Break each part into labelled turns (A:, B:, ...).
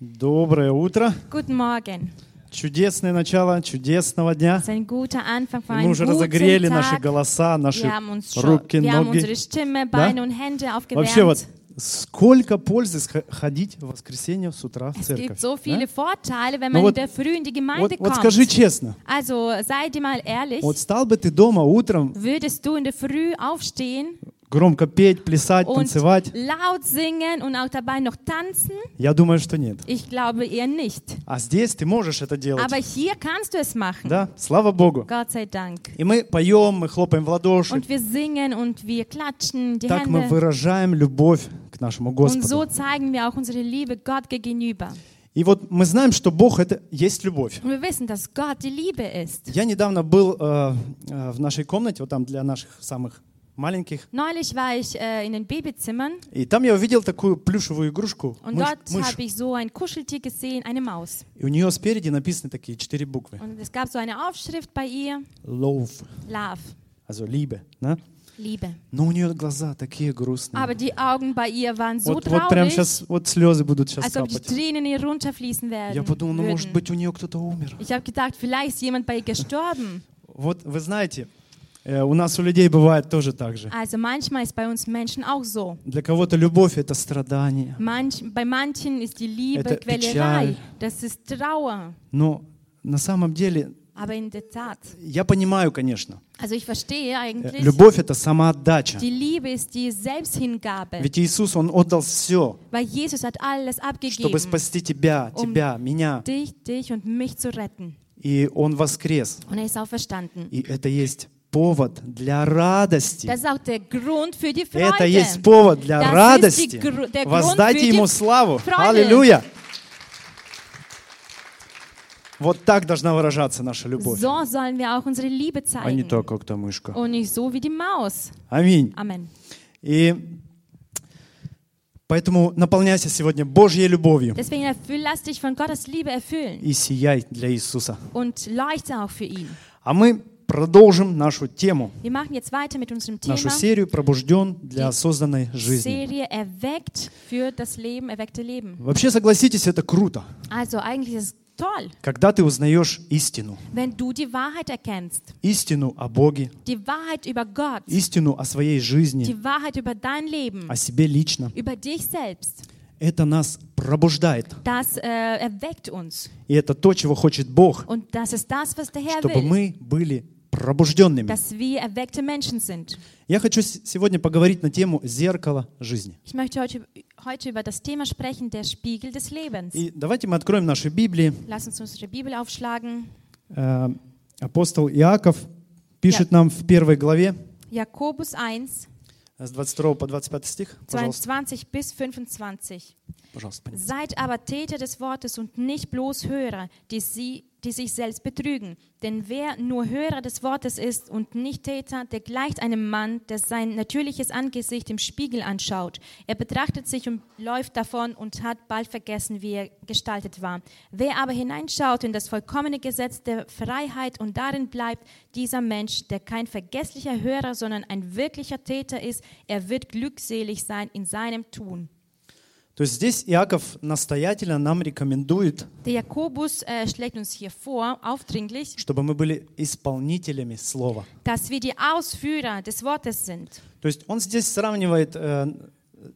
A: Доброе утро.
B: Guten Morgen.
A: Чудесное начало чудесного дня.
B: Es ist ein guter Anfang für
A: Мы
B: einen
A: уже
B: guten
A: разогрели наши
B: Tag.
A: голоса, наши
B: Wir haben, uns schon,
A: руки,
B: wir haben
A: ноги.
B: unsere Stimme,
A: Да?
B: Beine und Hände
A: Вообще вот
B: aufgewärmt.
A: сколько пользы сх- ходить в воскресенье с утра в
B: Es gibt
A: церковь.
B: so
A: да?
B: viele Vorteile, wenn
A: Ну
B: man
A: вот-
B: in der Früh in die
A: Вот,
B: Gemeinde
A: вот скажи
B: kommt.
A: честно,
B: Also sei dir mal ehrlich,
A: вот стал бы ты дома утром
B: würdest du in der Früh aufstehen
A: громко петь, плясать,
B: und
A: танцевать?
B: laut singen und auch dabei noch tanzen?
A: Я думаю, что нет.
B: Ich glaube eher nicht.
A: А здесь ты можешь это делать.
B: Aber hier kannst du es machen.
A: Да, слава Богу.
B: Gott sei Dank.
A: И мы поем, мы хлопаем в ладоши.
B: Und wir singen und wir klatschen die
A: Так мы
B: Hände.
A: выражаем любовь к нашему
B: Und so
A: Господу.
B: zeigen wir auch unsere Liebe Gott gegenüber.
A: И вот мы знаем, что Бог это есть любовь.
B: Und wir wissen, dass Gott die Liebe ist.
A: Я недавно был э, э, в нашей комнате, вот там для наших самых маленьких,
B: Neulich war ich äh, in den Babyzimmern
A: и там я увидел такую плюшевую игрушку,
B: und
A: мышь-
B: dort
A: мышь.
B: habe ich so ein Kuscheltier gesehen, eine Maus.
A: И у нее спереди написаны такие четыре буквы.
B: Und es gab so eine Aufschrift bei ihr,
A: Love,
B: Love,
A: also Liebe, да?
B: Liebe.
A: Но у нее глаза такие грустные.
B: Aber die Augen bei ihr waren so
A: вот, вот прям
B: traurig,
A: сейчас, вот слезы будут сейчас
B: als ob die
A: капать.
B: Tränen ihr runterfließen werden.
A: Я подумал, ну может
B: Würden.
A: быть у нее кто-то умер.
B: Ich habe gedacht, vielleicht ist jemand bei ihr gestorben.
A: Вот вы знаете, э, у нас у людей бывает тоже так же.
B: Also manchmal ist bei uns Menschen auch so.
A: Для кого-то любовь это страдание,
B: Manch, bei manchen ist die Liebe
A: Это печаль.
B: Quälerei, das ist Trauer.
A: но на самом деле
B: Aber in der Tat,
A: я понимаю, конечно,
B: also ich verstehe
A: э,
B: eigentlich,
A: любовь это самоотдача.
B: die Liebe ist die Selbsthingabe,
A: Ведь Иисус он отдал все,
B: weil Jesus hat alles
A: чтобы
B: abgegeben,
A: спасти тебя,
B: Um-
A: тебя, меня,
B: dich, dich und mich zu retten.
A: и он воскрес.
B: Und er ist auferstanden.
A: И это есть повод для радости.
B: Das ist auch der Grund für die Freude.
A: Это есть повод для
B: Das ist
A: радости.
B: die Gru- der Grund
A: Воздайте
B: für die
A: ему славу.
B: Freude.
A: Аллилуйя. Вот так должна выражаться наша любовь.
B: So sollen wir auch unsere Liebe
A: а не
B: zeigen
A: так, как та мышка.
B: und nicht so wie die Maus.
A: Аминь.
B: Amen.
A: И поэтому наполняйся сегодня Божьей любовью
B: Deswegen erfüll, lass dich von Gottes Liebe erfüllen
A: и сияй для Иисуса.
B: und leuchte auch für ihn.
A: А мы продолжим нашу тему,
B: Wir machen jetzt weiter mit unserem Thema.
A: нашу серию «Пробужден для осознанной жизни».
B: Serie erweckt für das Leben, erweckte Leben.
A: Вообще, soгласитесь, это круто,
B: Also eigentlich ist es toll,
A: когда ты узнаешь истину.
B: wenn du die Wahrheit erkennst.
A: Истину о Боге,
B: Die Wahrheit über Gott,
A: истину о своей жизни,
B: die Wahrheit über dein Leben,
A: о себе лично.
B: über dich selbst.
A: Это нас пробуждает.
B: Das äh, erweckt uns.
A: И это то, чего хочет Бог,
B: Und das ist das, was der Herr
A: чтобы
B: will,
A: мы были пробужденными.
B: dass wir erweckte Menschen sind.
A: Я хочу с- сегодня поговорить на тему зеркала жизни.
B: Ich möchte heute, heute über das Thema sprechen, der Spiegel des Lebens.
A: И давайте мы откроем наши Библии.
B: Lass uns unsere Bibel aufschlagen.
A: Э, Апостол Иаков пишет нам в первой главе
B: Jakobus 1,
A: с 22 по 25 стих. Пожалуйста,
B: 22 bis 25.
A: пожалуйста. Панина.
B: Seid aber Täter des Wortes und nicht bloß Hörer, die, sie, die sich selbst betrügen. Denn wer nur Hörer des Wortes ist und nicht Täter, der gleicht einem Mann, der sein natürliches Angesicht im Spiegel anschaut. Er betrachtet sich und läuft davon und hat bald vergessen, wie er gestaltet war. Wer aber hineinschaut in das vollkommene Gesetz der Freiheit und darin bleibt, dieser Mensch, der kein vergesslicher Hörer, sondern ein wirklicher Täter ist, er wird glückselig sein in seinem Tun.
A: То есть здесь Иаков настоятельно нам рекомендует,
B: Der Jakobus äh, schlägt uns hier vor, aufdringlich,
A: чтобы мы были исполнителями слова.
B: dass wir die Ausführer des Wortes sind.
A: То есть он здесь сравнивает э,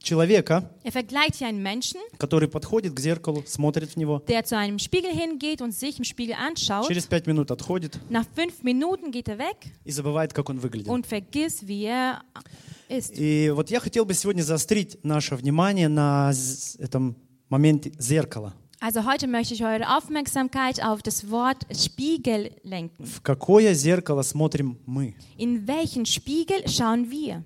A: человека,
B: Er vergleicht hier einen Menschen,
A: который подходит к зеркалу, смотрит в него,
B: der zu einem Spiegel hingeht und sich im Spiegel anschaut.
A: через пять минут отходит
B: Nach fünf Minuten geht er weg
A: и забывает, как он выглядит.
B: und vergisst, wie er ist.
A: И вот я хотел бы сегодня заострить наше внимание на з- этом моменте зеркала.
B: Also heute möchte ich eure Aufmerksamkeit auf das Wort Spiegel lenken.
A: В какое зеркало смотрим мы?
B: In welchen Spiegel schauen wir?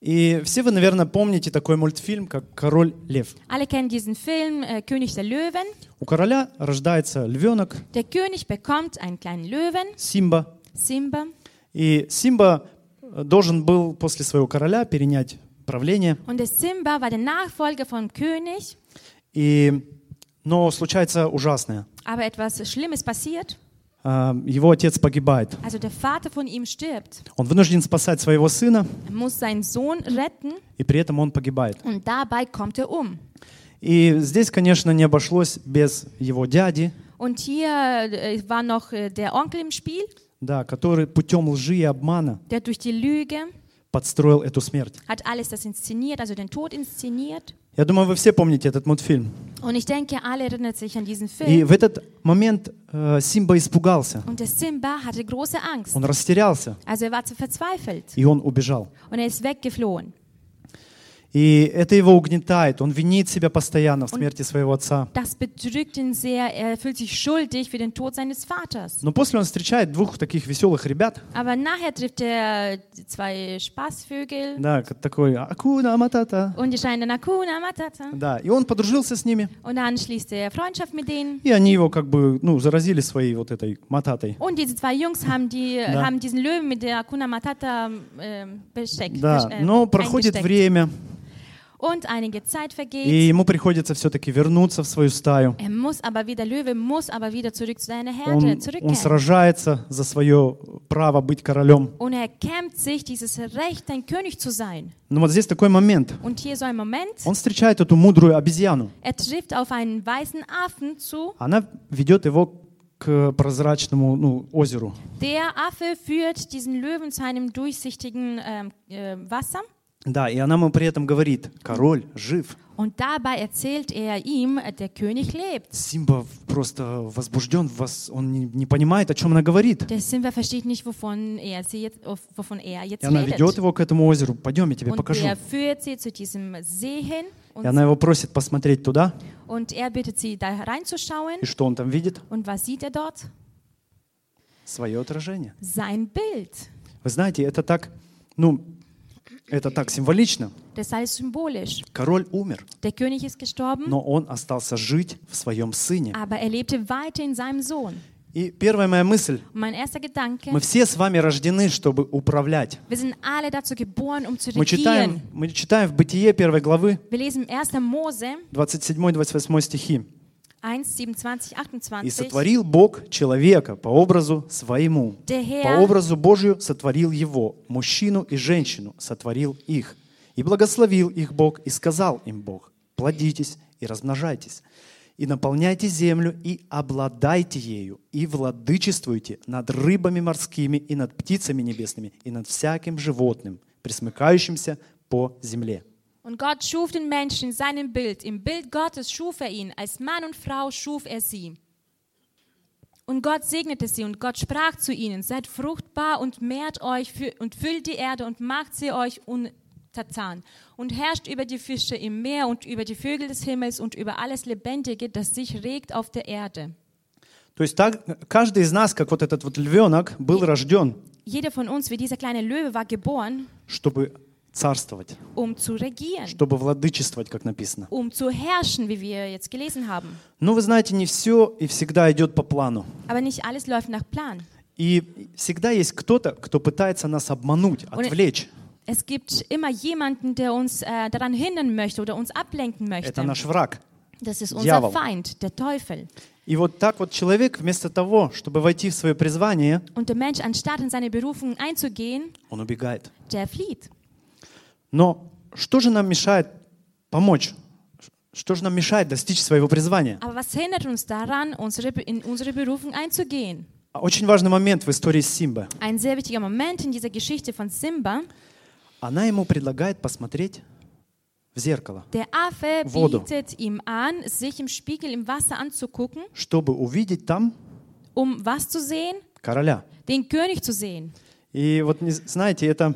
A: И все вы, наверное, помните такой мультфильм, как «Король лев».
B: Alle kennen diesen Film äh, König der Löwen.
A: У короля рождается львенок
B: Der König bekommt einen kleinen Löwen,
A: Симба.
B: Simba,
A: И Симба э, должен был после своего короля перенять правление.
B: Und der Simba war der Nachfolger vom König,
A: И... Но случается ужасное.
B: aber etwas Schlimmes passiert.
A: А, Его отец погибает.
B: Also der Vater von ihm stirbt.
A: Он вынужден спасать своего сына,
B: Er muss seinen Sohn retten
A: и при этом он погибает.
B: und dabei kommt er um.
A: И здесь, конечно, не обошлось без его дяди,
B: Und hier äh, war noch äh, der Onkel im Spiel,
A: да, который путем лжи и обмана
B: der durch die Lüge
A: подстроил эту смерть.
B: hat alles das inszeniert, also den Tod inszeniert.
A: Я думаю, вы все помните этот мультфильм.
B: Und ich denke, alle erinnern sich an diesen
A: И
B: Film.
A: в этот момент э, Симба испугался,
B: Und der Simba hatte große Angst.
A: он растерялся,
B: Also er war zu verzweifelt
A: и он убежал.
B: und er ist weggeflohen.
A: И это его угнетает, он винит себя постоянно в смерти своего отца.
B: Das bedrückt ihn sehr. Er fühlt sich schuldig für den Tod seines Vaters.
A: Но после он встречает двух таких веселых ребят,
B: Aber nachher trifft er zwei Spaßvögel
A: да, к- такой «Акуна матата».
B: und die scheinen Nakuna Matata.
A: Да, и он подружился с ними,
B: Und dann schließt er Freundschaft mit denen.
A: и они его как бы, ну, заразили своей вот этой мататой.
B: Und diese zwei Jungs haben, die,
A: Da.
B: haben diesen Löwen mit der Akuna Matata ähm, besteckt.
A: Да,
B: besch- äh,
A: но проходит
B: eingesteckt.
A: время,
B: Und einige Zeit vergeht.
A: и ему приходится все-таки вернуться в свою стаю.
B: Er muss aber wieder, Löwe muss aber wieder zurück zu seiner Herde
A: Он, он
B: zurückkehren.
A: сражается за свое право быть королем.
B: Und er kämpft sich dieses Recht, ein König zu sein.
A: Но Ну вот здесь такой момент.
B: Und hier so ein Moment,
A: Он встречает эту мудрую обезьяну.
B: er trifft auf einen weißen Affen zu.
A: Она ведет его к прозрачному ну, озеру.
B: Der Affe führt diesen Löwen zu einem durchsichtigen ähm, äh, Wasser.
A: Да, и она ему при этом говорит, король жив.
B: Und dabei erzählt er ihm, äh, der König lebt.
A: Симба просто возбужден, вас, он не, не понимает, о чем она говорит.
B: Der Simba versteht nicht, wovon er, sie jetzt, auf- wovon er
A: И
B: jetzt
A: она ведет
B: redet.
A: его к этому озеру. Пойдем, я тебе
B: Und
A: покажу.
B: er führt sie zu diesem See hin
A: И
B: und,
A: она его prосит посмотреть туда.
B: und er bittet sie, da reinzuschauen.
A: И что он там видит?
B: Und was sieht er dort?
A: Свое отражение.
B: Sein Bild.
A: Вы знаете, это так, ну, это так символично.
B: Das heißt symbolisch.
A: Король умер,
B: Der König ist gestorben,
A: но он остался жить в своем сыне.
B: aber er lebte weiter in seinem Sohn.
A: И первая моя мысль.
B: Und mein erster Gedanke,
A: Мы все с вами рождены, чтобы управлять.
B: wir sind alle dazu geboren, um zu
A: Мы читаем,
B: regieren.
A: мы читаем в Бытие первой главы
B: Wir lesen 1. Mose
A: 27-28 стихи.
B: 1, 27,
A: «И
B: 28.
A: сотворил Бог человека по образу своему.
B: Der
A: По
B: Herr,
A: образу Божию сотворил его, мужчину и женщину сотворил их. И благословил их Бог, и сказал им Бог, плодитесь и размножайтесь, и наполняйте землю, и обладайте ею, и владычествуйте над рыбами морскими, и над птицами небесными, и над всяким животным, присмыкающимся по земле».
B: und Gott schuf den Menschen in seinem Bild. Im Bild Gottes schuf er ihn. Als Mann und Frau schuf er sie. Und Gott segnete sie und Gott sprach zu ihnen, seid fruchtbar und mehrt euch fü- und füllt die Erde und macht sie euch untertan und herrscht über die Fische im Meer und über die Vögel des Himmels und über alles Lebendige, das sich regt auf der Erde.
A: То есть так, каждый из нас, как вот этот вот львенок, был рожден,
B: Jeder von uns, wie dieser kleine Löwe, war geboren,
A: чтобы царствовать,
B: um zu regieren,
A: чтобы владычествовать, как написано.
B: um zu herrschen, wie wir jetzt gelesen haben.
A: Но вы знаете, не все и всегда идет по плану.
B: Aber nicht alles läuft nach Plan.
A: И всегда есть кто-то, кто пытается нас обмануть,
B: Он-
A: отвлечь.
B: Es gibt immer jemanden, der uns äh, daran hindern möchte oder uns ablenken
A: Это
B: möchte.
A: наш враг.
B: Das ist unser
A: Дьявол.
B: Feind, der Teufel.
A: И вот так вот человек, вместо того, чтобы войти в свое призвание,
B: Und der Mensch, anstatt in seine Berufung einzugehen,
A: он убегает.
B: der flieht.
A: Но что же нам мешает помочь? Что же нам мешает достичь своего призвания?
B: Aber was hindert uns daran, unsere, Be- in unsere Berufung einzugehen?
A: А Очень важный момент в истории Симбы.
B: Ein sehr wichtiger Moment in dieser Geschichte von Simba.
A: Она ему предлагает посмотреть в зеркало,
B: Der Affe
A: Vodo.
B: bietet ihm an, sich im Spiegel im Wasser anzugucken,
A: чтобы увидеть там
B: um was zu sehen?
A: короля.
B: Den König zu sehen.
A: И вот, не з- знаете, это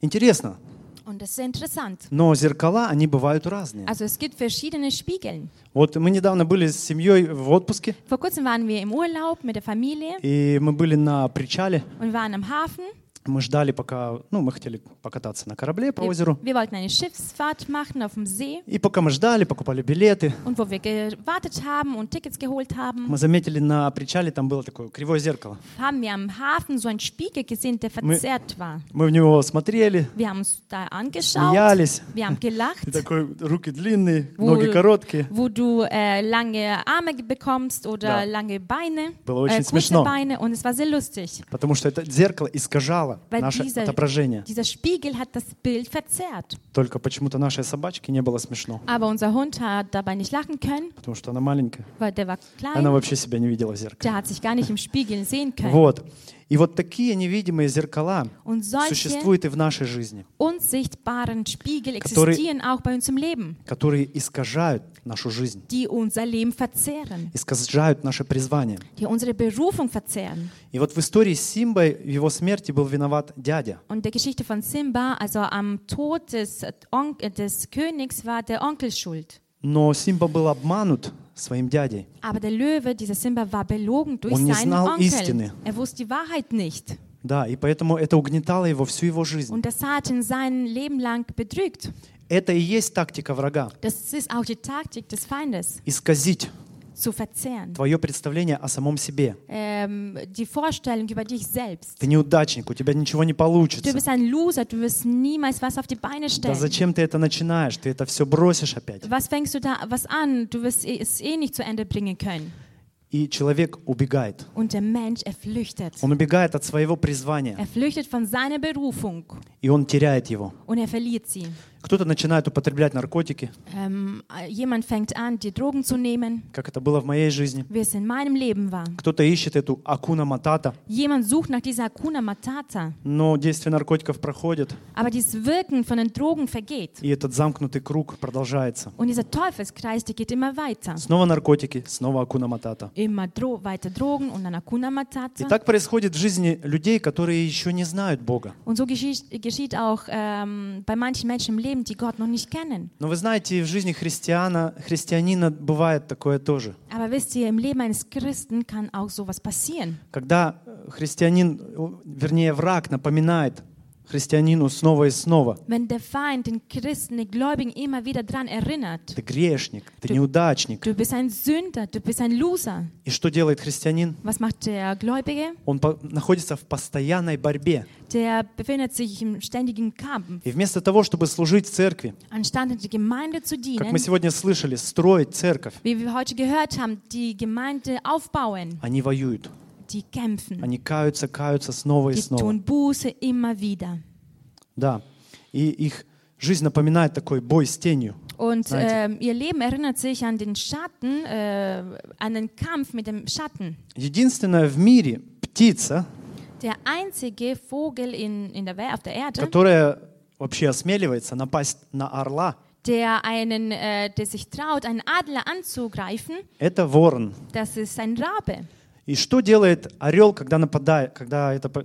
A: интересно.
B: Und das ist sehr interessant.
A: Но зеркала, они бывают разные.
B: Also es gibt verschiedene Spiegeln.
A: Вот мы недавно были с семьей в отпуске,
B: Vor kurzem waren wir im Urlaub mit der Familie
A: и мы были на причале.
B: und waren am Hafen.
A: Мы ждали, пока, ну, мы хотели покататься на корабле по озеру.
B: Wir, wir wollten eine Schiffsfahrt machen auf dem See.
A: И пока мы ждали, покупали билеты,
B: Und wo wir gewartet haben und Tickets geholt haben,
A: мы заметили на причале, там было такое кривое зеркало.
B: haben wir am Hafen so einen Spiegel gesehen, der verzerrt war.
A: Мы в него смотрели,
B: Wir haben uns da angeschaut,
A: смеялись.
B: wir haben gelacht,
A: И такой, руки длинные,
B: Wo-
A: ноги короткие.
B: wo du äh, lange Arme bekommst oder
A: Да.
B: lange Beine, äh,
A: Было очень
B: kurze
A: смешно.
B: Beine und es war sehr lustig.
A: Потому что это зеркало искажало искажало
B: Weil
A: наше
B: dieser-
A: отображение.
B: Dieser Spiegel hat das Bild verzerrt.
A: Только почему-то нашей собачке не было смешно,
B: Aber unser Hund hat dabei nicht lachen können,
A: потому что она маленькая.
B: weil der war klein.
A: Она вообще себя не видела в зеркале.
B: der hat sich gar nicht im Spiegel sehen können.
A: Вот. И вот такие невидимые зеркала
B: Und solche
A: существуют и в нашей жизни,
B: unsichtbaren Spiegel
A: Которые-
B: existieren auch bei uns im Leben,
A: которые искажают нашу жизнь,
B: die unser Leben verzehren,
A: искажают наше призвание.
B: die unsere Berufung verzehren.
A: И вот в истории с Симбой в его смерти был виноват дядя.
B: Und der Geschichte von Simba, also am Tod des, On äh, des Königs, war der Onkel schuld.
A: Но Симба был обманут своим дядей.
B: Aber der Löwe, dieser Simba, war belogen durch
A: Он не
B: seinen
A: знал
B: Onkel.
A: истины.
B: Er wusste die Wahrheit nicht.
A: Да, и поэтому это угнетало его всю его жизнь.
B: Und das hat ihn sein Leben lang bedrückt.
A: Это и есть тактика врага.
B: Das ist auch die Taktik des Feindes,
A: Исказить
B: zu verzehren.
A: твое представление о самом себе.
B: Ähm, die Vorstellung über dich selbst.
A: Ты неудачник, у тебя ничего не
B: Du
A: получится.
B: bist ein Loser, du wirst niemals was auf die Beine
A: Да
B: stellen.
A: зачем ты это начинаешь? Ты это все бросишь опять.
B: Was fängst du da was an? Du wirst eh- es eh nicht zu Ende bringen können.
A: И человек убегает.
B: Und der Mensch, er flüchtet.
A: Он убегает от своего призвания,
B: Er flüchtet von seiner Berufung
A: и он теряет его.
B: und er verliert sie.
A: Кто-то начинает употреблять наркотики,
B: Ähm, äh, jemand fängt an, die Drogen zu nehmen,
A: как это было в моей жизни.
B: wie es in meinem Leben war.
A: Кто-то ищет эту акуна матата,
B: Jemand sucht nach dieser Hakuna Matata,
A: но действие наркотиков проходит,
B: aber dieses Wirken von den Drogen vergeht.
A: и этот замкнутый круг продолжается.
B: Und dieser Teufelskreis, der geht immer weiter.
A: Снова наркотики, снова акуна матата.
B: Immer dro weiter Drogen und dann Hakuna
A: И
B: Matata.
A: так происходит в жизни людей, которые еще не знают Бога.
B: Und so geschieht, geschieht auch ähm, bei manchen Menschen im Leben, die Gott noch nicht kennen.
A: Но вы знаете, и в жизни христиана, христианина бывает такое тоже.
B: Aber wisst ihr, im Leben eines Christen kann auch sowas passieren.
A: Когда э, христианин, э, вернее враг напоминает христианину снова и снова,
B: Wenn der Feind den Christen, den Gläubigen immer wieder daran erinnert,
A: ты грешник, ты неудачник.
B: du bist ein Sünder, du bist ein Loser.
A: И что делает христианин?
B: Was macht der Gläubige?
A: Он по- находится в постоянной борьбе.
B: Der befindet sich im ständigen Kampf.
A: И вместо того, чтобы служить церкви,
B: Anstatt in die Gemeinde zu
A: как
B: dienen,
A: мы сегодня слышали, строить церковь,
B: wie wir heute gehört haben, die Gemeinde aufbauen,
A: они воюют.
B: die kämpfen,
A: Они каются, каются снова и
B: die
A: снова.
B: tun Buße immer wieder.
A: Да. И их жизнь напоминает такой бой с тенью.
B: Und
A: Nein, sie-
B: ähm, ihr Leben erinnert sich an den Schatten, äh, an den Kampf mit dem Schatten.
A: Единственная в мире птица,
B: Der einzige Vogel in, in der Welt, auf der Erde,
A: которая вообще осмеливается напасть на орла,
B: der einen, äh, der sich traut, einen Adler anzugreifen,
A: это ворон.
B: das ist ein Rabe.
A: И что делает орел, когда нападает, когда это по-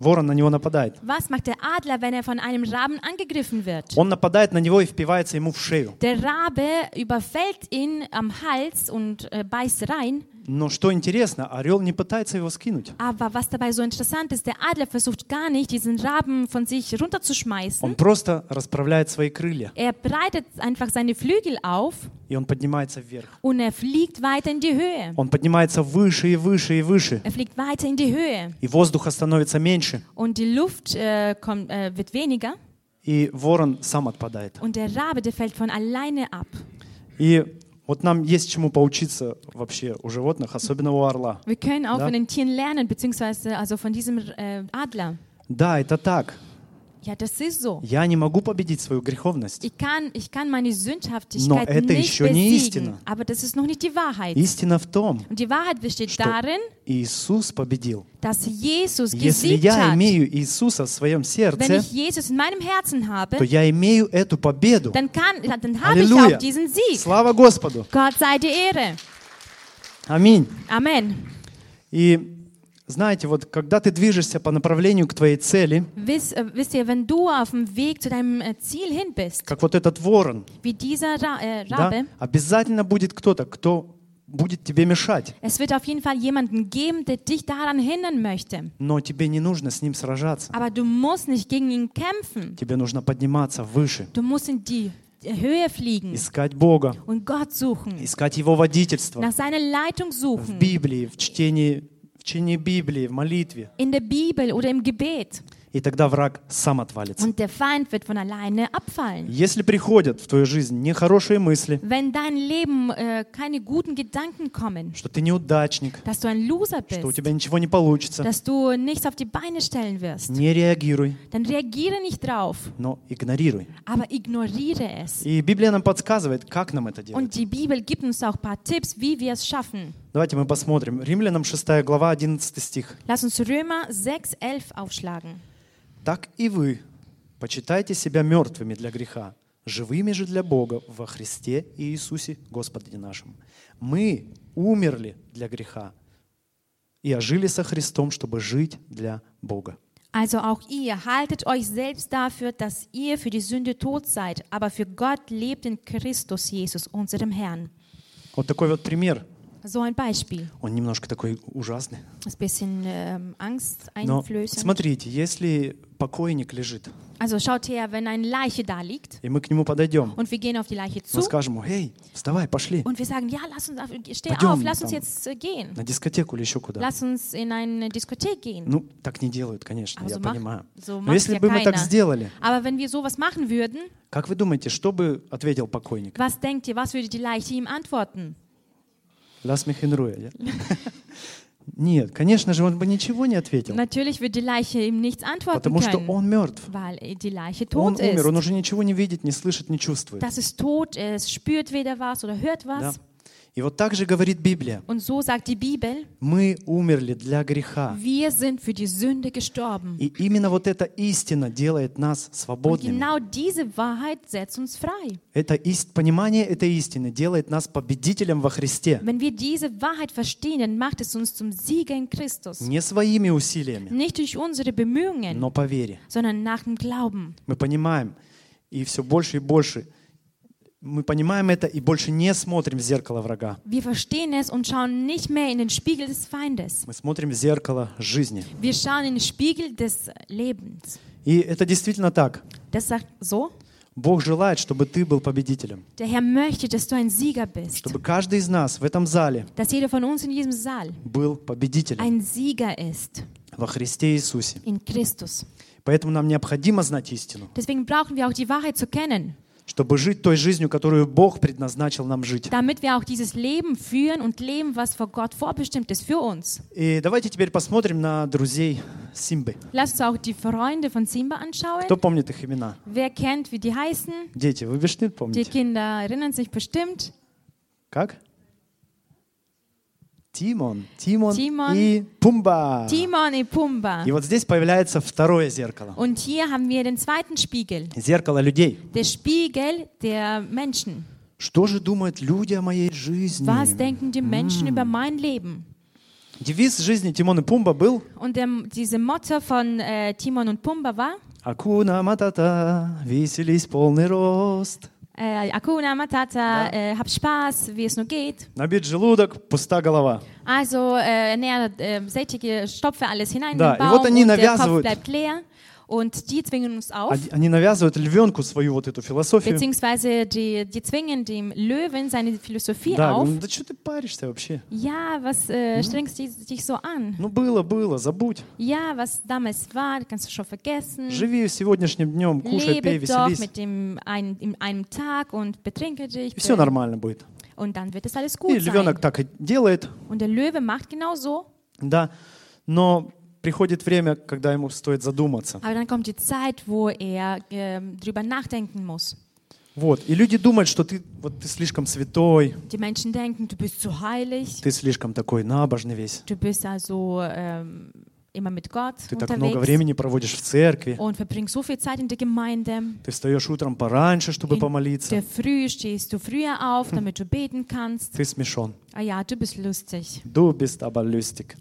A: ворон на него нападает?
B: Was macht der Adler, wenn er von einem Raben angegriffen wird?
A: Он нападает на него и впивается ему в шею.
B: Der Rabe überfällt ihn am Hals und äh, beißt rein.
A: Но что интересно, орел не пытается его скинуть.
B: Aber was dabei so interessant ist, der Adler versucht gar nicht, diesen Raben von sich runterzuschmeißen.
A: Он просто расправляет свои крылья,
B: Er breitet einfach seine Flügel auf
A: и он поднимается вверх.
B: und er fliegt weiter in die Höhe.
A: Он поднимается выше и выше и выше,
B: Er fliegt weiter in die Höhe
A: и воздуха становится меньше,
B: und die Luft äh, kommt, äh, wird weniger
A: и ворон сам отпадает.
B: und der Rabe, der fällt von alleine ab.
A: И вот нам есть чему поучиться вообще у животных, особенно у орла.
B: Wir können auch
A: Ja.
B: von den Tieren lernen, beziehungsweise also von diesem äh, Adler.
A: Да, это так.
B: Ja, das ist so.
A: Я не могу победить свою греховность.
B: Ich kann, ich kann meine
A: Но
B: Sündhaftigkeit
A: это
B: nicht
A: еще не
B: besiegen,
A: истина.
B: aber das ist noch nicht die Wahrheit.
A: Истина в том,
B: Und die Wahrheit besteht
A: что
B: darin,
A: Иисус победил.
B: dass Jesus
A: Если
B: gesiegt
A: я
B: hat.
A: имею Иисуса в своем
B: Wenn
A: сердце,
B: ich Jesus in meinem Herzen
A: то
B: habe,
A: я имею эту победу.
B: dann, kann, dann habe ich
A: Аллилуйя!
B: auch diesen Sieg.
A: Слава Господу!
B: Gott sei die Ehre.
A: Аминь!
B: Amen.
A: И знаете, вот когда ты движешься по направлению к твоей цели,
B: Wiss, äh, wisst ihr, wenn du auf dem Weg zu deinem äh, Ziel hin bist,
A: как вот этот ворон,
B: wie dieser Ra äh,
A: да,
B: Rabe,
A: обязательно будет кто-то, кто будет тебе mешать.
B: es wird auf jeden Fall jemanden geben, der dich daran hindern möchte.
A: Но тебе не нужно с ним сражаться.
B: Aber du musst nicht gegen ihn kämpfen.
A: Тебе нужно подниматься выше,
B: Du musst in die Höhe fliegen
A: искать Бога,
B: und Gott suchen,
A: искать Его водительство
B: nach seiner Leitung
A: в
B: suchen,
A: Библии, в чтении, в чтении Библии, в молитве.
B: in der Bibel oder im Gebet.
A: и тогда враг сам отвалится.
B: Und der Feind wird von alleine abfallen.
A: Если приходят в твою жизнь нехорошие мысли,
B: Wenn dein Leben äh, keine guten Gedanken kommen,
A: что ты неудачник,
B: dass du ein Loser
A: что у
B: bist,
A: тебя ничего не получится,
B: dass du nichts auf die Beine stellen wirst,
A: не реагируй,
B: dann reagiere nicht drauf,
A: но игнорируй.
B: aber ignoriere es.
A: И Библия нам подсказывает, как нам это делать.
B: Und die Bibel gibt uns auch ein paar Tipps, wie wir es schaffen.
A: Давайте мы посмотрим. Римлянам 6 глава 11 стих.
B: Lass uns Römer 6,11 aufschlagen.
A: «Так и вы почитайте себя мертвыми для греха, живыми же для Бога во Христе и Иисусе Господе нашем. Мы умерли для греха и ожили со Христом, чтобы жить для Бога».
B: Also auch ihr haltet euch selbst dafür, dass ihr für die Sünde tot seid, aber für Gott lebt in Christus Jesus, unserem Herrn.
A: Вот такой вот пример.
B: So ein Beispiel.
A: Он немножко такой ужасный.
B: Das ist ein bisschen ähm, Angst
A: Но
B: einflößen.
A: смотрите, если покойник лежит,
B: Also schaut her, wenn eine Leiche da liegt
A: и мы к нему подойдем,
B: und wir gehen auf die Leiche zu
A: мы скажем, «Эй, вставай, пошли
B: und wir sagen, ja, lass uns, auf, steh
A: Пойдем
B: auf, lass uns
A: там.
B: jetzt äh, gehen.
A: на дискотеку или еще куда».
B: Lass uns in eine Diskothek gehen.
A: Ну, так не делают, конечно,
B: Aber
A: я
B: so, mach,
A: понимаю.
B: so
A: Но
B: macht
A: если
B: ja
A: бы мы так
B: keiner.
A: сделали,
B: Aber wenn wir sowas machen würden,
A: Как вы думаете, что бы ответил покойник?
B: was denkt ihr, was würde die Leiche ihm antworten?
A: Лас Михенруэ. Нет, конечно же, он бы ничего не ответил,
B: Natürlich wird die Leiche ihm nichts antworten
A: потому что
B: können.
A: он мертв.
B: Weil äh, die Leiche
A: Он
B: tot
A: умер, он
B: ist.
A: уже nичего не видит, не слышит, не чувствует.
B: Das ist tot, es spürt weder was oder hört
A: Да.
B: was.
A: И вот так же говорит Библия.
B: Und so sagt die Bibel,
A: Мы умерли для греха.
B: wir sind für die Sünde gestorben.
A: И именно вот эта истина делает нас
B: Und
A: свободными.
B: genau diese Wahrheit setzt uns frei.
A: Это ист... Понимание этой истины делает нас победителем во Христе.
B: Wenn wir diese Wahrheit verstehen, dann macht es uns zum Sieger in Christus.
A: Не своими усилиями,
B: Nicht durch unsere Bemühungen,
A: но по вере.
B: sondern nach dem Glauben.
A: Мы понимаем, и все больше и больше. Мы понимаем это и больше не смотрим в зеркало врага.
B: Wir verstehen es und schauen nicht mehr in den Spiegel des Feindes.
A: Мы смотрим в зеркало жизни.
B: Wir schauen in den Spiegel des Lebens.
A: И это действительно так.
B: Das sagt so,
A: Бог желает, чтобы ты был победителем.
B: der Herr möchte, dass du ein Sieger bist.
A: Чтобы каждый из нас в этом зале
B: dass jeder von uns in diesem Saal
A: был победителем
B: ein Sieger ist
A: во Христе Иисусе.
B: in Christus.
A: Поэтому нам необходимо знать истину,
B: Deswegen brauchen wir auch die Wahrheit zu kennen,
A: чтобы жить той жизнью, которую Бог предназначил нам жить.
B: damit wir auch dieses Leben führen und leben, was vor Gott vorbestimmt ist für uns.
A: И давайте теперь посмотрим на друзей Симбы.
B: Lass uns auch die Freunde von Simba anschauen.
A: Кто помнит их имена?
B: Wer kennt, wie die heißen?
A: Дети, вы Бешнит
B: Die
A: помните?
B: Kinder erinnern sich bestimmt.
A: Как? Тимон, Тимон,
B: Тимон.
A: и Пумба.
B: Timon und Pumba.
A: И вот здесь появляется второе зеркало.
B: Und hier haben wir den zweiten Spiegel,
A: Зеркало людей.
B: der Spiegel der Menschen.
A: Что же думают люди о моей жизни?
B: Was denken die Menschen über mein Leben?
A: Девиз жизни Тимон и Пумба был
B: Und der, diese Motto von äh, Timon und Pumba war,
A: «Акуна матата, веселись полный рост».
B: Äh, Akuna Matata, äh, hab Spaß, wie es nur geht.
A: Набит желудок, пуста голова.
B: Also äh, ernähre, äh, sättige, stopfe alles hinein
A: Da,
B: in den
A: и вот
B: Bauch
A: они
B: und der Kopf
A: навязывают.
B: bleibt leer. Und die zwingen uns auf,
A: Они они навязывают львенку свою вот эту философию.
B: beziehungsweise die, die zwingen dem Löwen seine Philosophie
A: Да,
B: auf.
A: ну, да что ты паришься вообще?
B: Ja, was äh, strengst du dich so an?
A: Ну было, было, забудь.
B: Ja, was damals war, kannst du schon vergessen.
A: Живи сегодняшним днем, кушай, пей,
B: Lebe doch
A: веселись.
B: mit dem einen, in einem Tag und betrinke dich.
A: И все нормально будет.
B: Und dann wird es alles
A: Ну И
B: gut sein.
A: львенок так и делает,
B: Und der Löwe macht genau so.
A: да. Но приходит время, когда ему стоит задуматься.
B: Aber dann kommt die Zeit, wo er ähm, drüber nachdenken muss.
A: Вот. И люди думают, что ты, вот, ты slishkom святой,
B: Die Menschen denken, du bist zu heilig,
A: ты слишком такой набожный весь,
B: du bist also ähm, immer mit Gott
A: ты так много
B: unterwegs
A: времени проводишь в церкви,
B: und verbringst so viel Zeit in der Gemeinde.
A: ты встаешь утром пораньше, чтобы
B: In
A: помолиться,
B: der Früh stehst du früher
A: Hm.
B: auf, damit du beten kannst.
A: ты смешон.
B: Ah ja, du bist lustig.
A: Du bist aber lustig.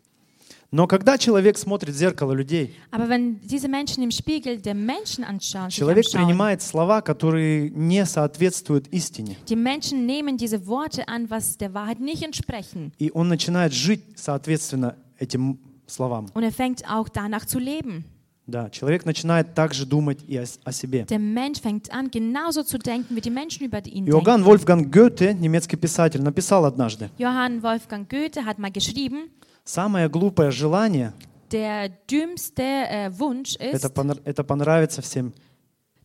A: Но когда человек смотрит в зеркало людей,
B: Aber wenn diese Menschen im Spiegel der Menschen anschauen, sich
A: человек
B: anschauen
A: принимает слова, которые не соответствуют истине.
B: die Menschen nehmen diese Worte an, was der Wahrheit nicht entsprechen.
A: И он начинает жить соответственно этим словам.
B: Und er fängt auch danach zu leben.
A: Да, человек начинает также думать и о, с- о себе.
B: Der Mensch fängt an, genauso zu denken, wie die Menschen über ihn denken.
A: Иоганн Вольфганг Гёте, немецкий писатель, написал однажды,
B: Johann Wolfgang Goethe hat mal geschrieben,
A: «Самое глупое желание
B: der- Der dümmste äh, Wunsch
A: Это,
B: ist,
A: понра- это понравится всем.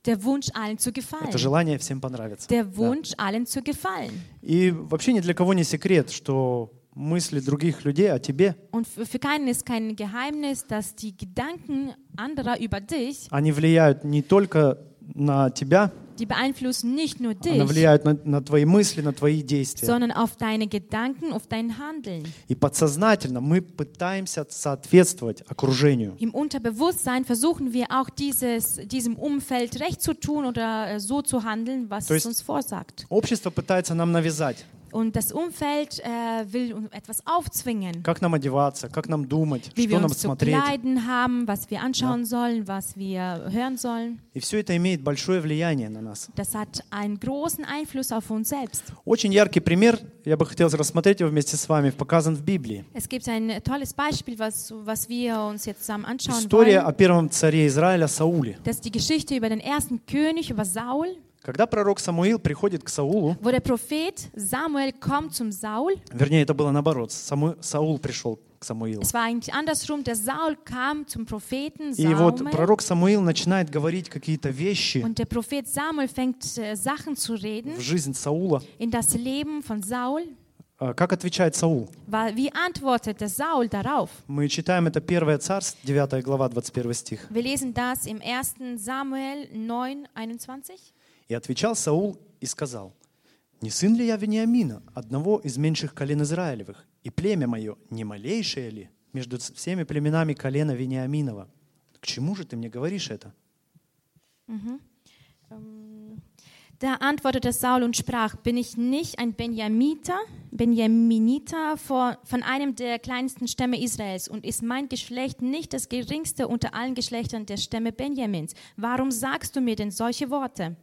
B: der Wunsch allen zu
A: Это
B: gefallen.
A: желание всем понравится.
B: Der
A: Да.
B: Wunsch allen zu gefallen.
A: И вообще ни для кого не секрет, что мысли других людей о тебе,
B: Und für, für keinen ist kein Geheimnis, dass die Gedanken anderer über dich,
A: они влияют не только на тебя,
B: die beeinflussen nicht nur
A: они
B: dich,
A: влияют на, на твои мысли, на твои действия.
B: sondern auf deine Gedanken, auf dein Handeln.
A: И подсознательно мы пытаемся соответствовать окружению.
B: Im Unterbewusstsein versuchen wir auch dieses, diesem Umfeld recht zu tun oder äh, so zu handeln, was
A: То
B: es
A: есть-
B: uns vorsagt.
A: Общество пытается нам навязать,
B: Und das Umfeld äh, will uns etwas aufzwingen,
A: как нам одеваться, как нам думать,
B: wie
A: что
B: wir
A: нам
B: uns zu
A: смотреть.
B: kleiden haben, was wir anschauen sollen, was wir hören sollen.
A: И все это имеет большое влияние на нас.
B: Das hat einen großen Einfluss auf uns selbst.
A: Очень яркий пример, я бы хотел рассмотреть его вместе с вами, показан в Библии.
B: Es gibt ein tolles Beispiel, was, was wir uns jetzt zusammen anschauen
A: История
B: wollen.
A: о первом царе Израиля Сауле.
B: Das ist die Geschichte über den ersten König, über Saul,
A: Когда пророк Самуил приходит к Саулу,
B: wo der Prophet Samuel kommt zum Saul.
A: вернее, это было наоборот, Саму- Саул пришел к Самуилу.
B: Es war eigentlich andersrum, der Saul kam zum Propheten
A: И вот
B: Samuel
A: пророк Самуил начинает говорить какие-то вещи
B: und der Prophet Samuel fängt äh, Sachen zu reden
A: в жизнь Саула.
B: in das Leben von Saul.
A: А Как отвечает Саул?
B: Wa- Wie antwortete Saul darauf?
A: Мы читаем это 1 Царств, 9 глава, 21 стих.
B: Wir lesen das im 1. Samuel 9, 21.
A: И отвечал Саул и сказал, «Не сын ли я Вениамина, одного из меньших колен Израилевых? И племя мое не малейшее ли между ц- всеми племенами колена Вениаминова? К чему же ты мне говоришь это?»
B: Da antwortete Saul und sprach, bin ich nicht ein Benjamiter, Benjaminiter vor- von einem der kleinsten Stämme Israels und ist mein Geschlecht nicht das geringste unter allen Geschlechtern der Stämme Benjamins? Warum sagst du mir denn solche Worte?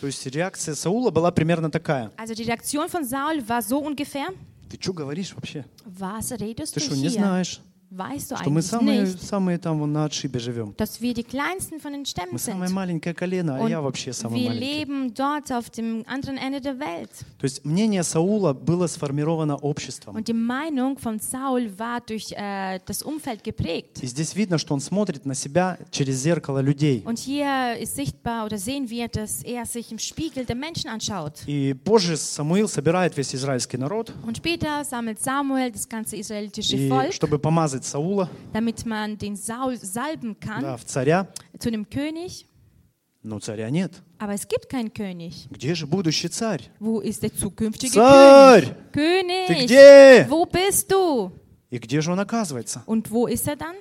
A: То есть реакция Саула была примерно такая.
B: Also die Reaktion von Saul war so ungefähr,
A: «Ты что говоришь вообще?
B: was redest
A: Ты
B: du
A: что, не
B: hier?
A: знаешь,
B: Weißt du
A: что мы
B: eigentlich
A: самые,
B: nicht,
A: самые там вон на отшибе живем?
B: dass wir die kleinsten von den Stämmen
A: Мы
B: sind?
A: самое маленькое колено, а
B: Und
A: я вообще самый
B: wir
A: маленький».
B: leben dort auf dem anderen Ende der Welt.
A: То есть мнение Саула было сформировано обществом.
B: Und die Meinung von Saul war durch äh, das Umfeld geprägt.
A: И здесь видно, что он смотрит на себя через зеркало людей.
B: Und hier ist sichtbar oder sehen wir, dass er sich im Spiegel der Menschen anschaut.
A: И позже Самуил собирает весь израильский народ,
B: Und später sammelt Samuel das ganze israelitische
A: и,
B: Volk,
A: чтобы помазать Саула
B: damit man den Saul salben
A: да,
B: kann
A: в царя.
B: zu einem König.
A: Но царя нет.
B: Aber es gibt keinen König.
A: Где же будущий царь?
B: Wo ist der zukünftige
A: Zar!
B: König? König!
A: Ты где?
B: Wo bist du?
A: И где же он оказывается?
B: Und wo ist er dann?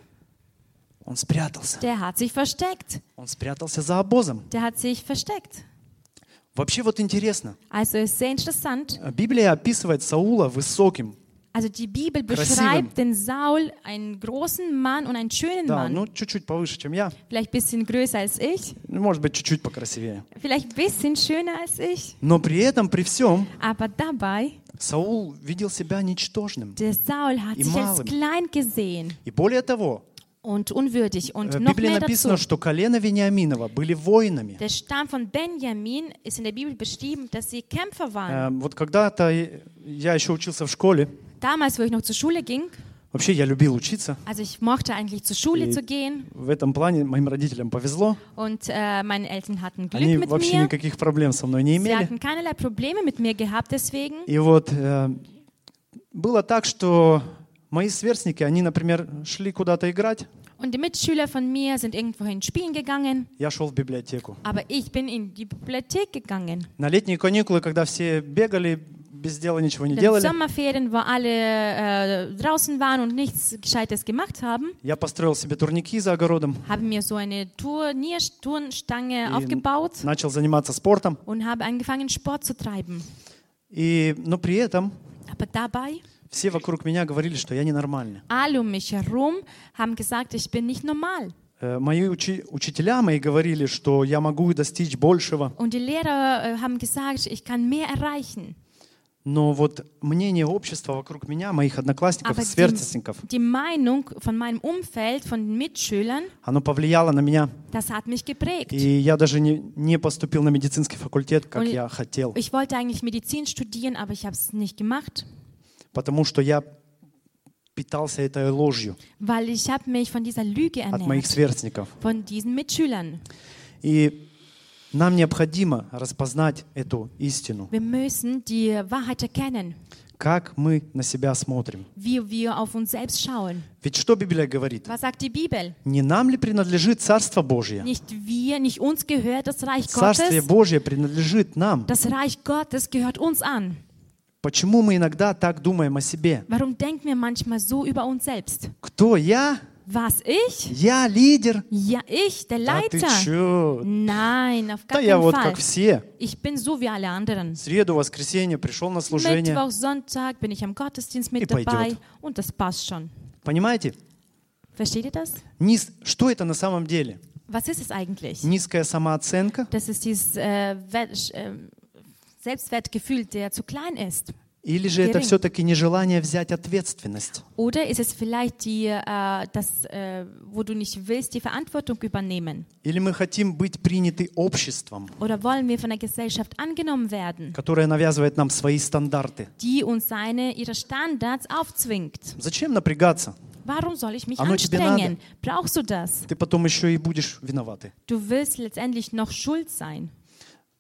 A: Он спрятался.
B: Der hat sich versteckt.
A: Он спрятался за обозом.
B: Der hat sich versteckt.
A: Вообще вот интересно.
B: Also ist sehr interessant.
A: Библия описывает Саула высоким.
B: Also die Bibel
A: Красивым.
B: beschreibt den Saul, einen großen Mann und einen schönen
A: Да,
B: Mann.
A: ну чуть-чуть повыше, чем я.
B: Vielleicht ein bisschen größer als ich,
A: Ну, Может быть, чуть-чуть покрасивее.
B: vielleicht ein bisschen schöner als ich.
A: Но при этом, при всем,
B: Aber dabei,
A: Саул видел себя ничтожным.
B: der Saul hat
A: Im
B: sich als
A: Malen.
B: klein gesehen
A: И более того,
B: und
A: э,
B: unwürdig. Und
A: в
B: noch
A: Библии
B: mehr dazu.
A: написано, что колено Вениаминова были воинами.
B: Der Stamm von Benjamin ist in der Bibel beschrieben, dass sie Kämpfer waren.
A: Эм, Вот когда-то и- я еще учился в школе.
B: Damals, wo ich noch zur Schule ging,
A: Вообще я любил учиться.
B: also ich mochte eigentlich zur Schule
A: Äh,
B: zu gehen
A: В этом плане моим родителям повезло.
B: und äh, meine Eltern hatten Glück
A: Они
B: mit
A: вообще
B: mir.
A: никаких проблем со мной не
B: Sie
A: имели.
B: hatten keinerlei Probleme mit mir gehabt deswegen.
A: И вот э, было так, что мои сверстники, они, например, шли куда-то играть.
B: Und die Mitschüler von mir sind irgendwohin spielen gegangen,
A: Я шел в библиотеку.
B: aber ich bin in die Bibliothek gegangen.
A: На летние каникулы, когда все бегали, без дела ничего не
B: In den
A: делали,
B: Sommerferien, wo alle äh, draußen waren und nichts Gescheites gemacht haben,
A: я построил себе турники за огородом,
B: habe mir so eine Turnier Turnstange aufgebaut
A: начал заниматься спортом.
B: und habe angefangen, Sport zu treiben.
A: И, но при этом
B: Aber dabei,
A: все vokруг меня говорили, что я ненормальный.
B: alle um mich herum haben gesagt, ich bin nicht normal.
A: Э, Мои учи- учителя мои говорили, что я могу достичь большего,
B: Und die Lehrer äh, haben gesagt, ich kann mehr erreichen.
A: но вот мнение общества вокруг меня, моих одноклассников,
B: Aber
A: сверстников,
B: die, die Meinung von meinem Umfeld, von den Mitschülern,
A: оно повлияло на меня,
B: das hat mich geprägt.
A: и я даже не, не поступил на медицинский факультет, как
B: Und-
A: я хотел,
B: Ich wollte eigentlich Medizin studieren, aber ich habe es nicht gemacht,
A: потому что я питался этой ложью
B: weil ich habe mich von dieser Lüge
A: от моих
B: ernährt,
A: сверстников.
B: von diesen Mitschülern.
A: И нам необходимо распознать эту истину,
B: Wir müssen die Wahrheit erkennen,
A: как мы на себя смотрим.
B: wie wir auf uns selbst schauen.
A: Ведь что Библия говорит?
B: Was sagt die Bibel?
A: Не нам ли принадлежит Царство Божье?
B: Nicht wir, nicht uns gehört das Reich
A: Царствие
B: Gottes.
A: Божье принадлежит нам.
B: Das Reich Gottes gehört uns an.
A: Почему мы иногда так думаем о себе?
B: Warum denken wir manchmal so über uns selbst?
A: Кто я?
B: Was ich?
A: Я лидер.
B: Ja, ich, der
A: Да ты
B: Leiter.
A: чё?
B: Nein, auf
A: Да
B: gar
A: я
B: keinen
A: вот
B: Fall.
A: как все.
B: Ich bin so wie alle anderen.
A: В среду, воскресенье пришел на служение.
B: Mittwoch, Sonntag bin ich am Gottesdienst
A: И
B: mit
A: пойдет.
B: dabei und das passt schon.
A: Понимаете?
B: Versteht ihr das?
A: Низ... Что это на самом деле?
B: Was ist es eigentlich?
A: Низкая самооценка
B: Das ist dieses äh, Wert, äh, Selbstwertgefühl, der zu klein ist.
A: или же это
B: Герень.
A: все-таки нежелание взять ответственность?
B: Oder ist es vielleicht die, äh, das, äh, wo du nicht willst, die Verantwortung übernehmen?
A: Или мы хотим быть приняты обществом,
B: Oder wollen wir von der Gesellschaft angenommen werden,
A: которое навязывает нам свои стандарты?
B: die uns seine, ihre Standards aufzwingt?
A: Зачем напрягаться?
B: Warum soll ich mich
A: Оно тебе
B: anstrengen? Brauchst du das?
A: Ты потом еще и будешь виноваты.
B: Du willst letztendlich noch schuld sein.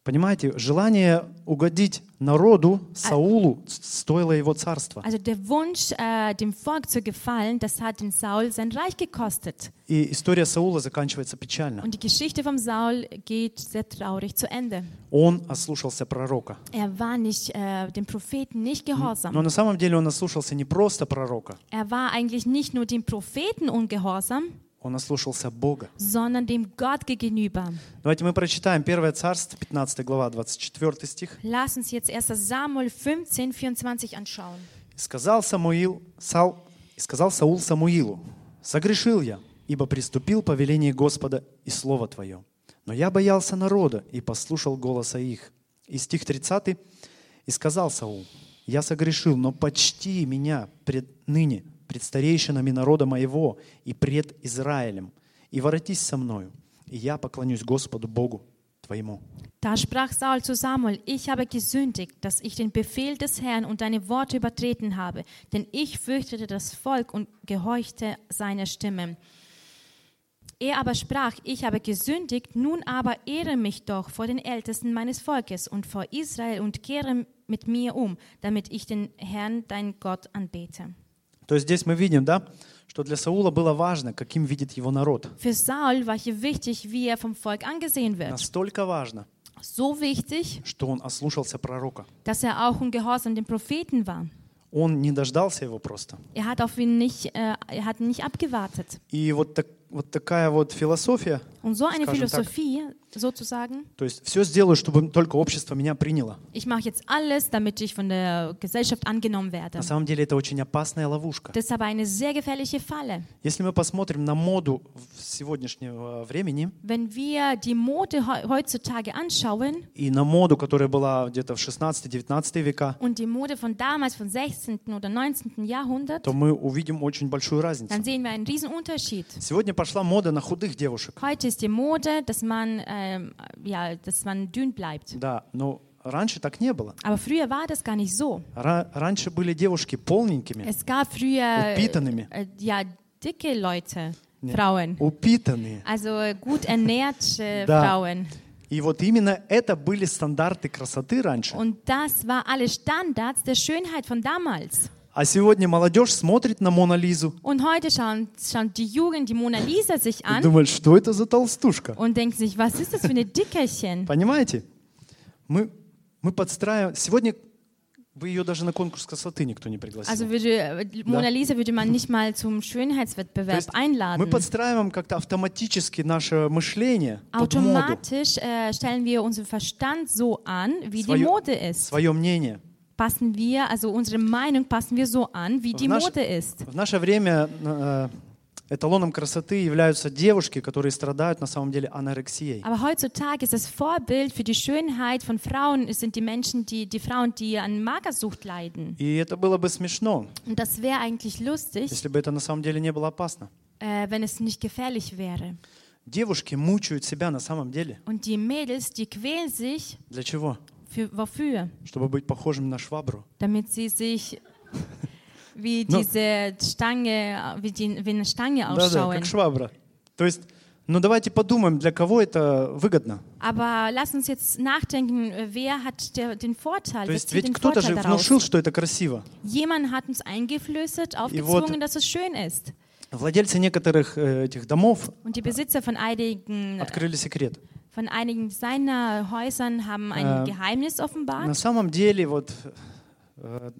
A: Понимаете, желание угодить народу Саулу с- стоило его царства.
B: Also der Wunsch, äh, dem Volk zu gefallen, das hat den Saul sein Reich gekostet.
A: И история Саула заканчивается печально.
B: Und die Geschichte vom Saul geht sehr traurig zu Ende.
A: Он ослушался пророка.
B: Er war nicht äh, dem Propheten nicht
A: Но
B: gehorsam.
A: на самом деле он ослушался не просто proroка,
B: Er war eigentlich nicht nur dem Propheten ungehorsam,
A: он ослушался Бога.
B: sondern dem Gott gegenüber.
A: Давайте мы прочитаем 1 Царство, 15 глава, 24 стих.
B: Lass uns jetzt 1. Samuel 15, 24 anschauen.
A: И сказал, Самуил, Сал, и сказал Саул Самуилу, «Согрешил я, ибо приступил по велению Господа и Слово Твое. Но я боялся народа и послушал голоса их». И стих 30. «И сказал Саул, я согрешил, но почти меня пред ныне, пред старейшинами народа моего и пред Израилем, и воротись со мною, и я поклонюсь Господу Богу Твоему».
B: Da sprach Saul zu Samuel, ich habe gesündigt, dass ich den Befehl des Herrn und deine Worte übertreten habe, denn ich fürchtete das Volk und gehorchte seiner Stimme. Er aber sprach, ich habe gesündigt, nun aber ehre mich doch vor den Ältesten meines Volkes und vor Israel und kehre mit mir um, damit ich den Herrn, dein Gott, anbete.
A: То есть здесь мы видим, да, что для Саула было важно, каким видит его народ.
B: Für Saul war hier wichtig, wie er vom Volk angesehen wird.
A: Настолько важно,
B: So wichtig,
A: что он ослушался пророка.
B: dass er auch ungehorsam dem Propheten war.
A: Он не дождался его просто.
B: Er hat auf ihn nicht, äh, er hat nicht abgewartet.
A: И вот, так, вот такая вот философия,
B: Und so
A: Скажем
B: eine
A: так.
B: Philosophie, sozusagen,
A: то есть все сделаю, чтобы только общество меня приняло.
B: ich mache jetzt alles, damit ich von der Gesellschaft angenommen werde.
A: На самом деле это очень опасная ловушка.
B: Das ist aber eine sehr gefährliche Falle.
A: Если мы посмотрим на моду в- сегодняшнего времени
B: Wenn wir die Mode heu- heutzutage anschauen
A: и на моду, которая была где-то в 16-19 века,
B: und die Mode von damals, vom 16. oder 19. Jahrhundert,
A: то мы увидим очень большую
B: dann
A: разницу.
B: sehen wir einen riesen Unterschied.
A: Сегодня пошла мода на худых девушек.
B: Heute ist die Mode, dass man, ähm, ja, dass man dünn bleibt.
A: Да, но раньше так не было.
B: Aber früher war das gar nicht so.
A: Ра- раньше были девушки полненькими,
B: Es gab früher
A: Упитанными.
B: äh, ja, dicke Leute, Frauen.
A: упитанные.
B: Also äh, gut ernährte
A: Da.
B: Frauen.
A: И вот именно это были стандарты красоты раньше.
B: Und das war alle Standards der Schönheit von damals.
A: А сегодня молодежь смотрит на Мона Лизу
B: Und heute schauen, schaut die Jugend die Mona Lisa sich
A: и
B: an
A: думает, что это за толстушка.
B: und denkt sich, was ist das für eine Dickerchen?
A: Понимаете? Мы, мы подстраиваем... Сегодня вы ее даже на конкурс красоты никто не пригласил.
B: Also würde, äh, Mona Lisa würde man nicht mal zum
A: То есть
B: Schönheitswettbewerb
A: мы
B: einladen.
A: подстраиваем как-то автоматически наше мышление
B: А
A: под моду,
B: Automatisch äh, stellen wir unseren Verstand so an, wie die
A: Своё-
B: Mode ist.
A: свое мнение.
B: Passen wir, also unsere Meinung passen wir so an, wie die
A: наше-
B: Mode ist.
A: В наше время э, эталоном красоты являются девушки, которые страдают на самом деле анорексией.
B: Aber heutzutage ist das Vorbild für die Schönheit von Frauen es sind die Menschen, die die Frauen, die an Magersucht leiden.
A: И это было бы смешно,
B: Und das wäre eigentlich lustig,
A: если бы это на самом деле не было опасно.
B: äh, wenn es nicht gefährlich wäre.
A: Девушки мучают себя на самом деле.
B: Und die Mädels, die quälen sich
A: Для чего?
B: für wofür,
A: Чтобы быть похожим на швабру.
B: damit sie sich wie
A: Ну.
B: diese Stange, wie, die, wie eine Stange
A: Да-да,
B: ausschauen.
A: как швабра. То есть, ну давайте подумаем, для кого это выгодно.
B: Aber lass uns jetzt nachdenken, äh, wer hat der, den Vorteil?
A: То
B: Wer
A: есть,
B: zieht
A: ведь
B: den
A: кто-то же
B: Vorteil daraus?
A: внушил, что это красиво.
B: Jemand hat uns eingeflößt,
A: И вот-
B: aufgezwungen, dass es schön ist.
A: Владельцы некоторых э, этих домов
B: Und die Besitzer von einigen,
A: открыли секрет.
B: von einigen Designerhäusern haben ein
A: Äh,
B: Geheimnis
A: На
B: offenbart.
A: самом деле, вот э,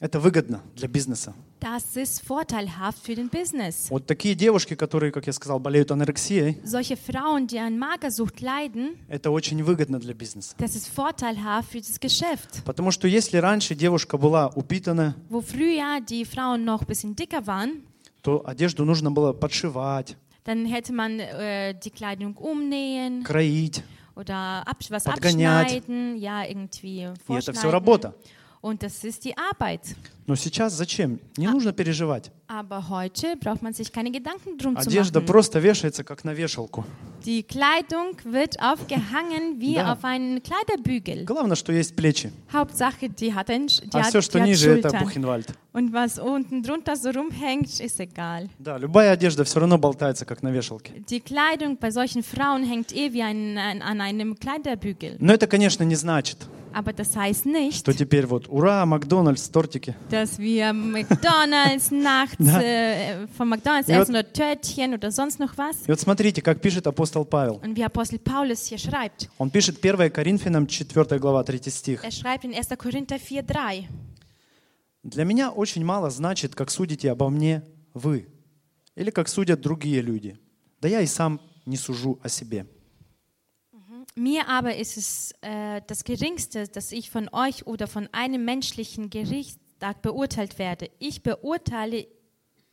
A: это выгодно для бизнеса.
B: Das ist vorteilhaft für den Business.
A: Вот такие девушки, которые, как я сказал, болеют анорексией,
B: Solche Frauen, die an Magersucht leiden,
A: это очень выгодно для бизнеса.
B: das ist vorteilhaft für das Geschäft.
A: Потому что если раньше девушка была упитанная,
B: Wo früher die Frauen noch ein bisschen dicker waren,
A: то одежду нужно было подшивать,
B: dann hätte man äh, die Kleidung umnähen
A: кроить.
B: oder ab, was
A: Подгонять.
B: abschneiden, ja, irgendwie
A: И это все
B: vorschneiden.
A: работа.
B: Und das ist die Arbeit.
A: Но сейчас зачем? Не нужно переживать.
B: Aber heute braucht man sich keine Gedanken drum zu
A: Одежда
B: machen.
A: просто вешается, как на вешалку.
B: Die Kleidung wird aufgehangen wie
A: Да.
B: auf einen Kleiderbügel.
A: Главное, что есть плечи.
B: Hauptsache, die hat, einen, Sch- die
A: А
B: hat,
A: все, что
B: die hat
A: ниже, это
B: Schultern.
A: Бухенвальд.
B: Und was unten drunter so rumhängt, ist egal.
A: Да, любая одежда все равно болтается, как на вешалке.
B: Die Kleidung bei solchen Frauen hängt eh wie ein, ein, an einem Kleiderbügel.
A: Но это, конечно, не значит,
B: Aber das heißt nicht,
A: что теперь вот ура, Макдональдс, тортики.
B: dass wir McDonalds nachts
A: Да.
B: äh, von McDonalds
A: Ja,
B: essen oder Törtchen oder sonst noch was.
A: И вот смотрите, как пишет апостол Павел.
B: Und wie Apostel Paulus hier schreibt,
A: Он пишет 1 Коринфянам 4 глава 3 стих.
B: er schreibt in 1. Korinther 4,3.
A: Для меня очень мало значит, как судите обо мне вы или как судят другие люди. Да я и сам не сужу о себе.
B: Mir aber ist es äh, das Geringste, dass ich von euch oder von einem menschlichen Gerichtstag beurteilt werde. Ich beurteile,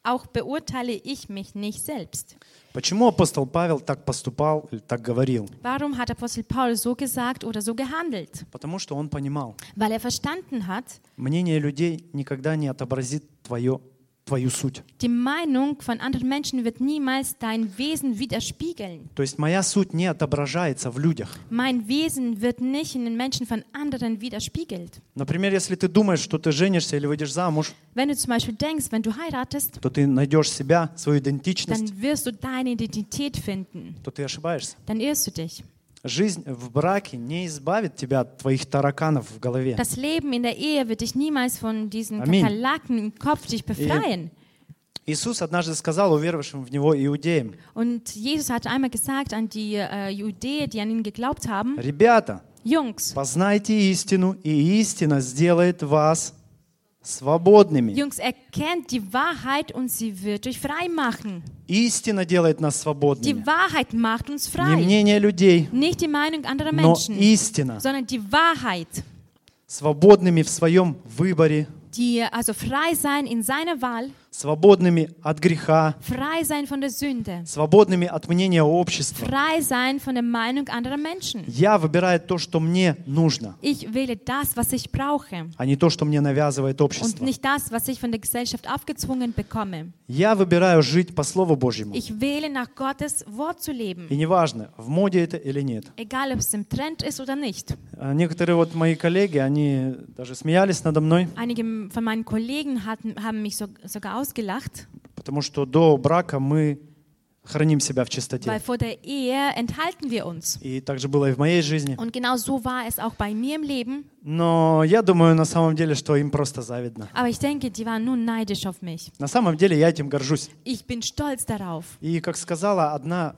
B: auch beurteile ich mich nicht selbst.
A: Почему апостол Павел так поступал или так говорил?
B: Warum hat Apostel Paulus so gesagt oder so gehandelt?
A: Потому что он понимал,
B: Weil er verstanden hat,
A: мнение людей никогда не отобразит твое, твою суть.
B: die Meinung von anderen Menschen wird niemals dein Wesen widerspiegeln.
A: То есть моя суть не отображается в людях.
B: Mein Wesen wird nicht in den Menschen von anderen widerspiegelt.
A: Например, если ты думаешь, что ты женишься или выйдешь замуж,
B: Wenn du zum Beispiel denkst, wenn du heiratest,
A: то ты найдешь себя, свою идентичность,
B: dann wirst du deine Identität finden.
A: то ты ошибаешься.
B: Dann irrst du dich.
A: Жизнь в браке не избавит тебя от твоих тараканов в голове.
B: Das Leben in der Ehe wird dich niemals von diesen
A: Amen.
B: Kakerlaken im Kopf dich befreien.
A: Иисус однажды сказал уверовавшим в Него иудеям,
B: Und Jesus hat einmal gesagt an die äh, Judäer, die an ihn geglaubt haben,
A: «Ребята,
B: Jungs,
A: познайте истину, и истина сделает вас свободными».
B: Jungs, erkennt die Wahrheit und sie wird euch frei machen.
A: Истина делает нас
B: Die
A: свободными.
B: Wahrheit macht uns
A: Не
B: frei.
A: мнение людей,
B: Nicht die Meinung anderer
A: но
B: Menschen,
A: истина.
B: sondern die Wahrheit.
A: Свободными в своем выборе,
B: Die, also frei sein in seiner Wahl,
A: свободными от греха,
B: frei sein von der Sünde,
A: свободными от мнения общества.
B: frei sein von der Meinung anderer Menschen.
A: Я выбираю то, что мне нужно,
B: Ich wähle das, was ich brauche.
A: а не то, что мне навязывает
B: und
A: общество.
B: nicht das, was ich von der Gesellschaft aufgezwungen bekomme.
A: Я выбираю жить по Слову Божьему.
B: Ich wähle nach Gottes Wort zu leben,
A: И неважно, в моде это или нет.
B: egal ob es im Trend ist oder nicht.
A: А Некоторые вот мои коллеги, они даже смеялись надо мной,
B: Einige m- von meinen Kollegen hatten, haben mich so, sogar ausgelacht,
A: потому что до брака мы храним себя в чистоте.
B: weil vor der Ehe enthalten wir uns.
A: И так же было и в моей жизни.
B: Und genau so war es auch bei mir im Leben.
A: Но я думаю на самом деле, что им просто завидно.
B: Aber ich denke, die waren nur neidisch auf mich.
A: На самом деле я этим горжусь.
B: Ich bin stolz darauf.
A: И как сказала одна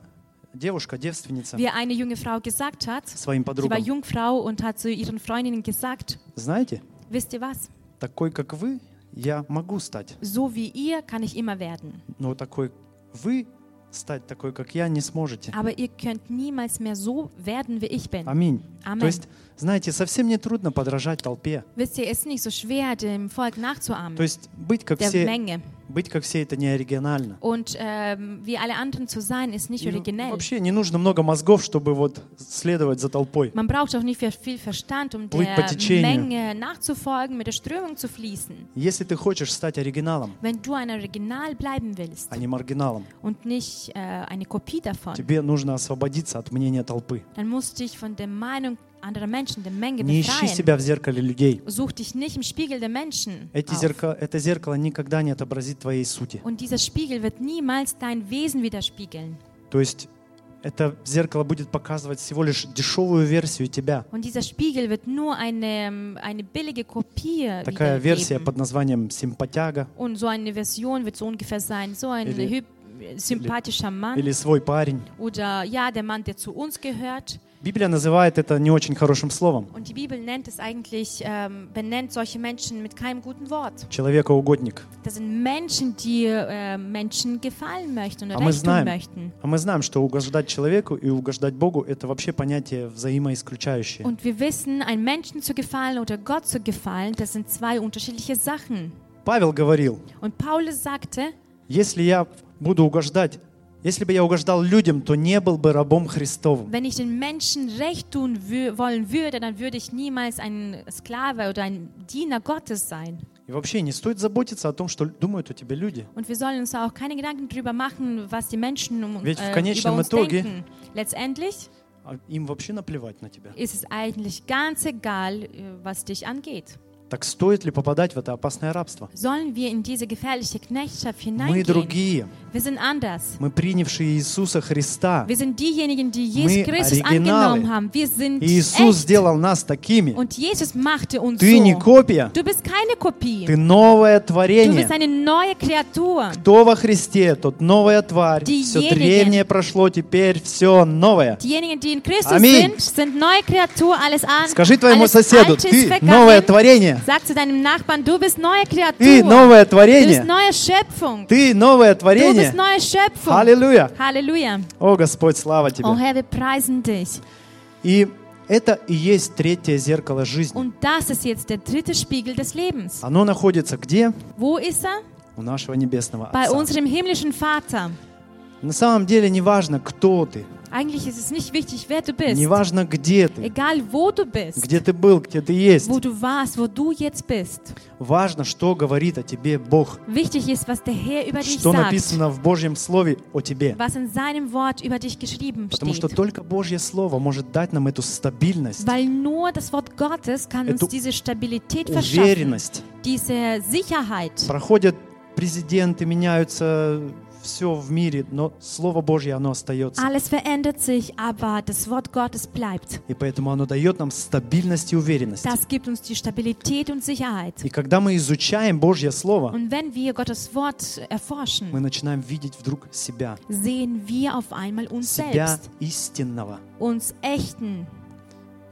A: девушка, девственница,
B: Wie eine junge Frau gesagt hat,
A: своим
B: sie war
A: подругам,
B: Jungfrau und hat zu ihren Freundinnen gesagt,
A: знаете,
B: wisst ihr was,
A: такой, как вы, я могу стать.
B: so wie ihr kann ich immer werden.
A: Но такой вы стать такой, как я, не сможете.
B: Aber ihr könnt niemals mehr so werden, wie ich bin.
A: Аминь.
B: Амен.
A: То есть, знаете, совсем не трудно подражать толпе.
B: Wisst ihr, es ist nicht so schwer, dem Volk nachzuahmen,
A: То есть быть как
B: der
A: все,
B: Menge.
A: быть как все это не оригинально.
B: Und ähm, wie alle anderen zu sein, ist nicht
A: И ну,
B: originell.
A: вообще не нужно много мозгов, чтобы вот следовать за толпой.
B: Man braucht auch nicht viel Verstand, um
A: Плыть по
B: der
A: течению.
B: Menge nachzufolgen, mit der Strömung zu fließen.
A: Если ты хочешь стать оригиналом,
B: Wenn du ein Original bleiben willst
A: а не маргиналом,
B: und nicht äh, eine Kopie davon,
A: тебе нужно освободиться от мнения толпы.
B: dann musst du dich von der Meinung anderer Menschen, der Menge
A: Не ищи
B: befreien.
A: себя в зеркале людей.
B: Such dich nicht im Spiegel der Menschen
A: Эти
B: auf.
A: зерка- это зеркало никогда не отобразит твоей сути.
B: Und dieser Spiegel wird niemals dein Wesen widerspiegeln.
A: То есть это зеркало будет показывать всего лишь дешевую версию тебя.
B: Und dieser Spiegel wird nur eine, ähm, eine billige Kopie
A: Такая версия
B: wiedergeben.
A: под названием симпатяга
B: Und so eine Version wird so ungefähr sein, so ein
A: Или-
B: hüb- sympathischer Mann
A: или свой парень.
B: oder ja, der Mann, der zu uns gehört.
A: Библия называет это не очень хорошим словом.
B: Und die Bibel nennt es eigentlich, ähm, benennt solche Menschen mit keinem guten Wort.
A: Человекоугодник.
B: Das sind Menschen, die äh, Menschen gefallen möchten
A: А
B: oder
A: мы
B: recht tun
A: знаем,
B: möchten.
A: а мы знаем, что угождать человеку и угождать Богу — это вообще понятия взаимоисключающие.
B: Und wir wissen, einem Menschen zu gefallen oder Gott zu gefallen, das sind zwei unterschiedliche Sachen.
A: Павел говорил,
B: Und Paulus sagte,
A: если я буду угождать, если бы я угождал людям, то не был бы рабом Христовым.
B: wenn ich den Menschen recht tun wü- wollen würde, dann würde ich niemals ein Sklave oder ein Diener Gottes sein.
A: И вообще не стоит заботиться о том, что думают о тебе люди.
B: Und wir sollen uns auch keine Gedanken darüber machen, was die Menschen um,
A: Ведь в
B: äh, über
A: конечном
B: uns
A: итоге-
B: denken. Letztendlich
A: А Им вообще наплевать на тебя.
B: ist es eigentlich ganz egal, äh, was dich angeht.
A: Так стоит ли попадать в это опасное рабство?
B: Sollen wir in diese gefährliche Knechtschaft
A: Мы
B: hineingehen?
A: другие.
B: Wir sind anders.
A: Мы принявшие Иисуса Христа.
B: Wir sind diejenigen, die Jesus
A: Мы
B: Christus
A: оригиналы.
B: angenommen haben. Wir sind
A: И Иисус
B: echt.
A: сделал нас такими.
B: Und Jesus machte uns
A: Ты не
B: so.
A: копия,
B: Du bist keine Kopie.
A: ты новое
B: Du bist
A: творение.
B: eine neue Kreatur.
A: Кто во Христе, тот новая тварь. Все
B: Diejenigen-
A: древнее прошло, теперь все новое.
B: Diejenigen, die in Christus
A: Amen.
B: sind, sind neue Kreatur. Alles an,
A: Скажи твоему
B: alles
A: соседу,
B: Alte ist
A: ты
B: vergangen.
A: новое творение.
B: Sag zu deinem Nachbarn, du bist neue Kreatur.
A: Ты новое
B: du bist
A: творение.
B: neue Schöpfung.
A: Ты новое
B: Du bist
A: творение.
B: neue Schöpfung.
A: Аллилуйя.
B: Halleluja.
A: О, Господь, слава тебе.
B: Oh Herr, wir preisen dich.
A: И это и есть третье зеркало жизни.
B: Und das ist jetzt der dritte Spiegel des Lebens.
A: Оно находится где?
B: Wo ist er?
A: У нашего небесного
B: Bei
A: Отца.
B: unserem himmlischen Vater.
A: На самом деле не важно, кто ты,
B: Eigentlich ist es nicht wichtig, wer du bist.
A: не важно, где ты,
B: Egal wo du bist,
A: где ты был, где ты есть.
B: wo du warst, wo du jetzt bist.
A: Важно, что говорит о тебе Бог,
B: Wichtig ist, was der Herr über dich
A: что
B: sagt.
A: написано в Божьем Слове о тебе.
B: Was in seinem Wort über dich geschrieben
A: Потому что
B: steht.
A: только Божье Слово может дать нам эту стабильность,
B: Weil nur das Wort Gottes kann uns
A: Эту
B: diese Stabilität verschaffen,
A: уверенность.
B: diese Sicherheit.
A: Проходят президенты, меняются все в мире, но Слово Божье, оно остается.
B: Alles verändert sich, aber das Wort Gottes bleibt.
A: И поэтому оно дает нам стабильность и уверенность.
B: Das gibt uns die Stabilität und Sicherheit.
A: И когда мы изучаем Божье Слово,
B: Und wenn wir Gottes Wort erforschen,
A: мы начинаем видеть вдруг себя,
B: sehen wir auf einmal uns
A: себя
B: selbst,
A: истинного.
B: uns echten.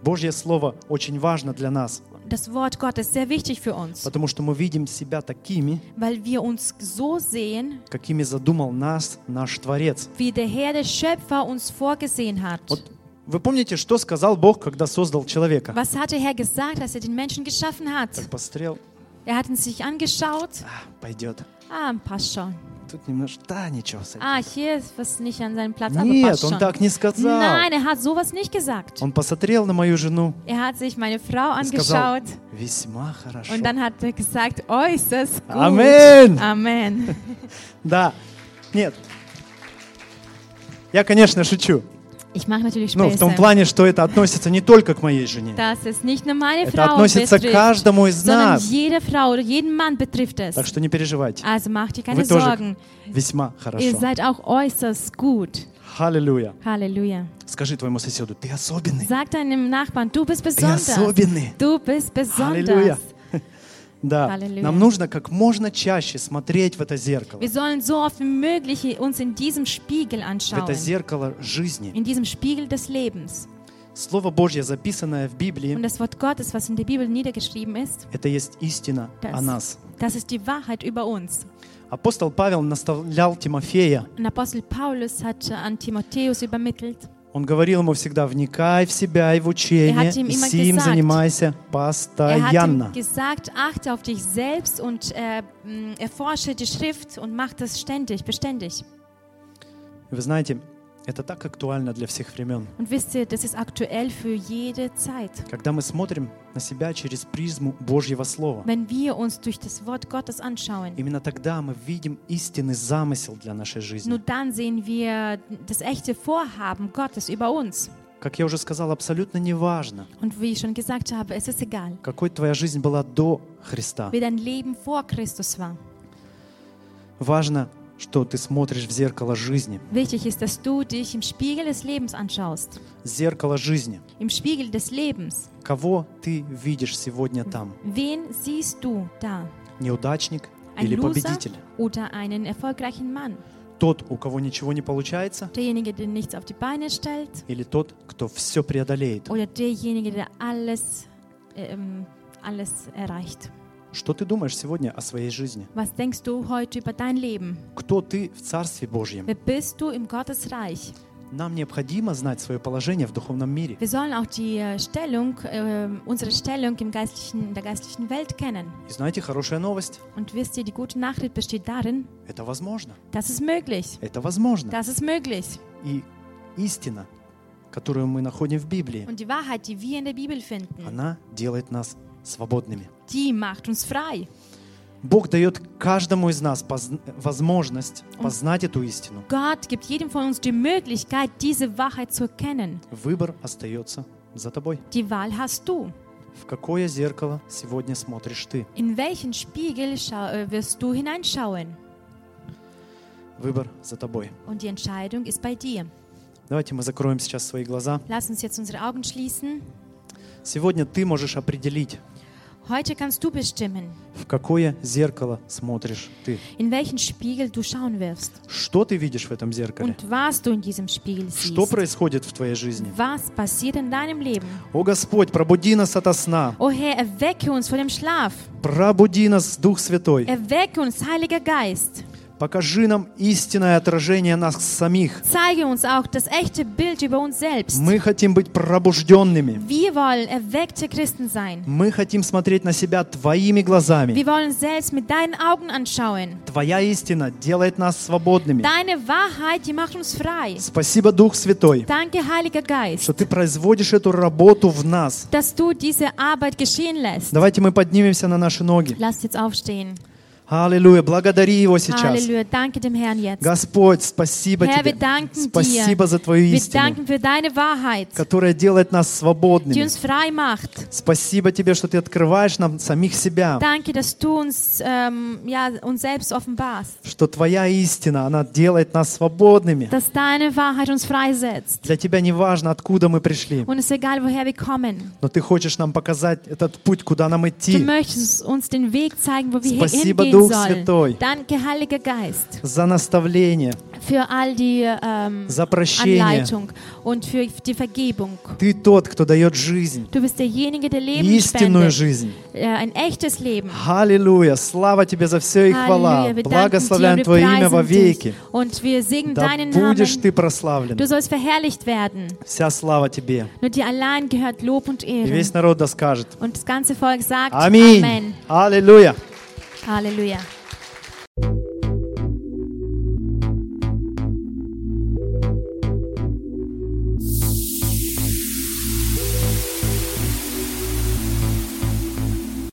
A: Божье Слово очень важно для нас,
B: Das Wort Gottes ist sehr wichtig für uns,
A: потому что мы видим себя такими,
B: weil wir uns so sehen,
A: какими задумал нас наш Творец.
B: wie der Herr, der Schöpfer, uns vorgesehen hat.
A: Вот вы помните, что сказал Бог, когда создал человека?
B: Was hat der Herr gesagt, als er den Menschen geschaffen hat?
A: Так пострел,
B: Er hat uns sich angeschaut.
A: а, пойдет.
B: Ah, passt schon.
A: Тут немножко, да, ничего. с этим».
B: Ah, hier ist was nicht an seinem Platz, aber
A: Нет,
B: passt
A: он
B: schon.
A: так не сказал.
B: Nein, er hat sowas nicht gesagt.
A: Он посмотрел на мою жену
B: Er hat sich meine Frau
A: и сказал,
B: angeschaut
A: весьма хорошо.
B: und dann hat er gesagt, äußerst gut.
A: Amen.
B: Amen.
A: Да, нет. Я, конечно, шучу.
B: Ich mache natürlich
A: Ну, в том
B: Späße.
A: плане, что это относится не только к моей жене.
B: Das ist nicht nur meine
A: Это
B: Frau
A: относится к
B: betrifft,
A: каждому из
B: sondern
A: нас.
B: jede Frau oder jeden Mann betrifft es.
A: Так что не переживайте.
B: Also macht ihr keine
A: Вы тоже
B: Sorgen.
A: весьма
B: Ihr
A: хорошо.
B: seid auch äußerst gut.
A: Аллилуйя.
B: Halleluja.
A: Скажи твоему соседу, ты особенный.
B: Sag deinem Nachbarn, du bist
A: Ты
B: besonders.
A: особенный.
B: Du bist
A: Halleluja.
B: besonders.
A: Да.
B: Аллилуйя.
A: Нам нужно как можно чаще смотреть в это зеркало.
B: Wir sollen so oft wie möglich uns in diesem Spiegel
A: В это
B: anschauen.
A: зеркало жизни.
B: In diesem Spiegel des Lebens.
A: Слово Божье, записанное в Библии,
B: Und das Wort Gottes, was in der Bibel niedergeschrieben ist,
A: это есть истина о
B: das,
A: нас.
B: das ist die Wahrheit über uns.
A: Apostol Павел наставлял Тимофея.
B: Und Apostel Paulus hat äh, an Timotheus übermittelt,
A: Он говорил ему всегда, вникай в себя и в
B: Er
A: учение,
B: hat ihm
A: и
B: immer
A: сим
B: gesagt.
A: занимайся Äh,
B: er hat ihm
A: постоянно.
B: gesagt, achte auf dich selbst und äh, mh, erforsche die Schrift und mach das ständig, beständig.
A: Вы знаете, это так актуально для всех времен.
B: Und wisst ihr, das ist aktuell für jede Zeit.
A: Когда мы смотрим на себя через призму Божьего Слова,
B: Wenn wir uns durch das Wort Gottes anschauen,
A: именно тогда мы видим истинный замысел для нашей
B: nur
A: жизни.
B: dann sehen wir das echte Vorhaben Gottes über uns.
A: Как я уже сказал, абсолютно не важно,
B: Und wie ich schon gesagt habe, es ist egal,
A: какой твоя жизнь была до Христа.
B: wie dein Leben vor Christus war.
A: Важно, что ты смотришь в зеркало жизни.
B: Wichtig ist, dass du dich im Spiegel des Lebens anschaust.
A: Зеркало жизни.
B: Im Spiegel des Lebens.
A: Кого ты видишь сегодня там?
B: Wen siehst du da?
A: Неудачник
B: Ein
A: или
B: Loser
A: победитель?
B: oder einen erfolgreichen Mann?
A: Тот, у кого ничего не получается,
B: Derjenige, der nichts auf die Beine stellt?
A: или тот, кто все преодолеет?
B: Oder derjenige, der alles, ähm, alles erreicht?
A: Что ты думаешь сегодня о своей жизни?
B: Was denkst du heute über dein Leben?
A: Кто ты в Царстве Божьем?
B: Wer bist du im Gottesreich?
A: Нам необходимо знать свое положение в духовном мире.
B: Wir sollen auch die äh, Stellung, äh, unsere Stellung im geistlichen, in der geistlichen Welt kennen.
A: И знаете, хорошая новость.
B: Und wisst ihr, die gute Nachricht besteht darin,
A: Это возможно.
B: das ist möglich.
A: Это возможно.
B: Das ist möglich.
A: И истина, которую мы находим в Библии,
B: Und die Wahrheit, die wir in der Bibel finden,
A: она делает нас свободными.
B: die macht uns frei.
A: Бог дает каждому из нас позн- возможность познать эту истину.
B: Gott gibt jedem von uns die Möglichkeit, diese Wahrheit zu erkennen.
A: Выбор остается за тобой.
B: Die Wahl hast du.
A: В какое зеркало сегодня смотришь ты?
B: In welchen Spiegel schau, äh, wirst du hineinschauen?
A: Выбор за тобой.
B: Und die Entscheidung ist bei dir.
A: Давайте мы закроем сейчас свои глаза.
B: Lass uns jetzt unsere Augen schließen.
A: Сегодня ты можешь определить,
B: Heute kannst du bestimmen,
A: в какое зеркало смотришь ты.
B: in welchen Spiegel du schauen wirst.
A: Что ты видишь в этом зеркале?
B: Und was du in diesem Spiegel
A: Что
B: siehst.
A: происходит в твоей жизни?
B: Was passiert in deinem Leben?
A: О Господь, пробуди нас ото сна.
B: O Herr, erwecke uns von dem Schlaf.
A: Пробуди нас, Дух Святой.
B: Erwecke uns, Heiliger Geist.
A: Покажи нам истинное отражение нас самих.
B: Zeige uns auch das echte Bild über uns selbst.
A: Мы хотим быть пробужденными.
B: Wir wollen erweckte Christen sein.
A: Мы хотим смотреть на себя твоими глазами.
B: Wir wollen uns selbst mit deinen Augen anschauen.
A: Твоя истина делает нас свободными.
B: Deine Wahrheit, die macht uns frei.
A: Спасибо, Дух Святой,
B: Danke, Heiliger Geist,
A: что Ты производишь эту работу в нас.
B: dass du diese Arbeit geschehen lässt.
A: Давайте мы поднимемся на наши ноги.
B: Lass jetzt aufstehen.
A: Аллилуйя, благодари Его сейчас.
B: Halleluja. Danke dem Herrn jetzt.
A: Господь, спасибо
B: Herr, wir
A: Тебе.
B: danken
A: Спасибо
B: dir.
A: за Твою
B: Wir
A: истину,
B: danken für deine Wahrheit,
A: которая делает нас
B: die
A: свободными.
B: uns frei macht.
A: Спасибо Тебе, что Ты открываешь нам самих себя,
B: Danke, dass du uns, ähm, ja, uns selbst offenbarst,
A: что Твоя истина, она делает нас свободными.
B: dass deine Wahrheit uns freisetzt.
A: Для Тебя не важно, откуда мы пришли,
B: Und es ist egal, woher wir kommen.
A: но Ты хочешь нам показать этот путь, куда нам
B: Du
A: идти.
B: möchtest uns den Weg zeigen, wo wir hier
A: Спасибо,
B: hingehen
A: Дух Святой.
B: sollen. Danke, Heiliger Geist,
A: За наставление,
B: für all die ähm,
A: за прощение.
B: Anleitung und für die Vergebung.
A: Ты тот, кто дает жизнь,
B: Du bist derjenige, der Leben
A: истинную
B: spendet,
A: жизнь.
B: äh, ein echtes Leben.
A: Аллилуйя! Слава Тебе за все и хвала!
B: Halleluja, wir danken dir
A: Благословляем
B: und
A: Твое имя во
B: wir preisen
A: веки!
B: dich. Und wir singen
A: Да
B: deinen
A: будешь
B: Namen.
A: Ты прославлен!
B: Du sollst verherrlicht werden.
A: Вся слава Тебе!
B: Nur dir allein gehört Lob und
A: И
B: Ehre.
A: весь народ да скажет
B: Und das ganze Volk sagt
A: Аминь!
B: Amen.
A: Аллилуйя!
B: Halleluja.